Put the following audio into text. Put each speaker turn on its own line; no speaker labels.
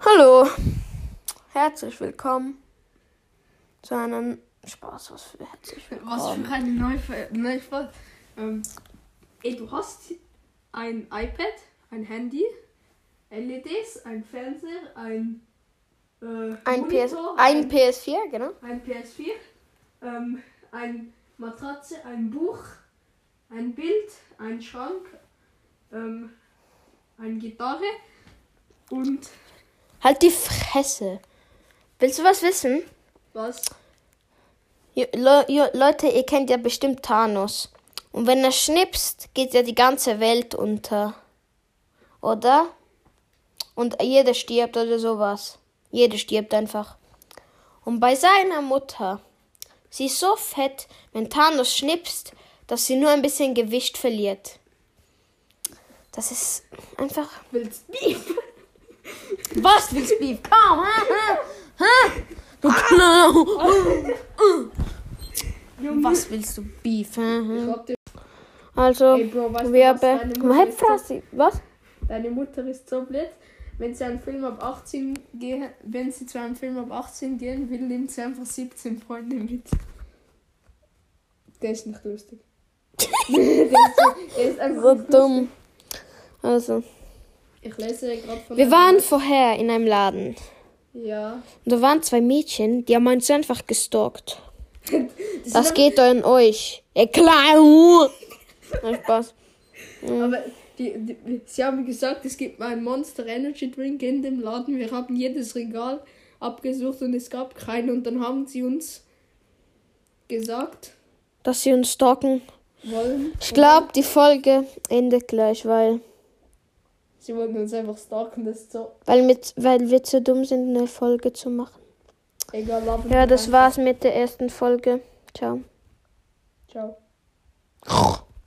Hallo, herzlich willkommen zu einem Spaß, was für herzlich
Was
willkommen.
für eine neue Ver- neue Ver- ähm, ey, Du hast ein iPad, ein Handy, LEDs, ein Fernseher, ein äh,
Ein, PS
Monitor, halt.
ein PS4, genau.
ein PS4, ähm, ein Matratze, ein Buch, ein Bild, ein Schrank, ähm, eine Gitarre und
Halt die Fresse. Willst du was wissen?
was?
Jo- Le jo, Leute, ihr kennt ja bestimmt Thanos. Und wenn er schnipst, geht ja die ganze Welt unter. Oder? Und jeder stirbt oder sowas. Jeder stirbt einfach. Und bei seiner Mutter. Sie ist so fett, wenn Thanos schnipst, dass sie nur ein bisschen Gewicht verliert. Das ist einfach.
Willst Beef?
Was willst du, Beef? Komm! Ha, ha, ha. Du Knall. Was willst du, Beef? Ha, ha. Also,
Ey, Bro, weißt du,
wir
was deine Mutter
haben.
ist?
Frassi, was?
Deine Mutter ist so blöd. Wenn sie einen Film ab 18 gehen, wenn sie zu einem Film ab 18 gehen will, nimmt sie einfach 17 Freunde mit. Der ist nicht lustig. der, ist, der ist einfach
So
nicht lustig.
dumm. Also,
Ich lese gerade von
wir
einem-
waren vorher in einem Laden.
Ja.
Und da waren zwei Mädchen, die haben uns einfach gestalkt.
Die
Das
sind
geht doch an euch. Ihr kleine Hure. Nein, Spaß.
aber- Aber die, die, sie haben gesagt, es gibt einen Monster Energy Drink in dem Laden. Wir haben jedes Regal abgesucht und es gab keinen. Und dann haben sie uns gesagt,
Dass sie uns stalken.
wollen.
Ich glaube, die Folge endet gleich, weil,
Sie wollten uns einfach stalken, das ist so
weil, mit, weil wir zu dumm sind, eine Folge zu machen.
egal.
Ja, das war's mit der ersten Folge. Ciao.
Ciao.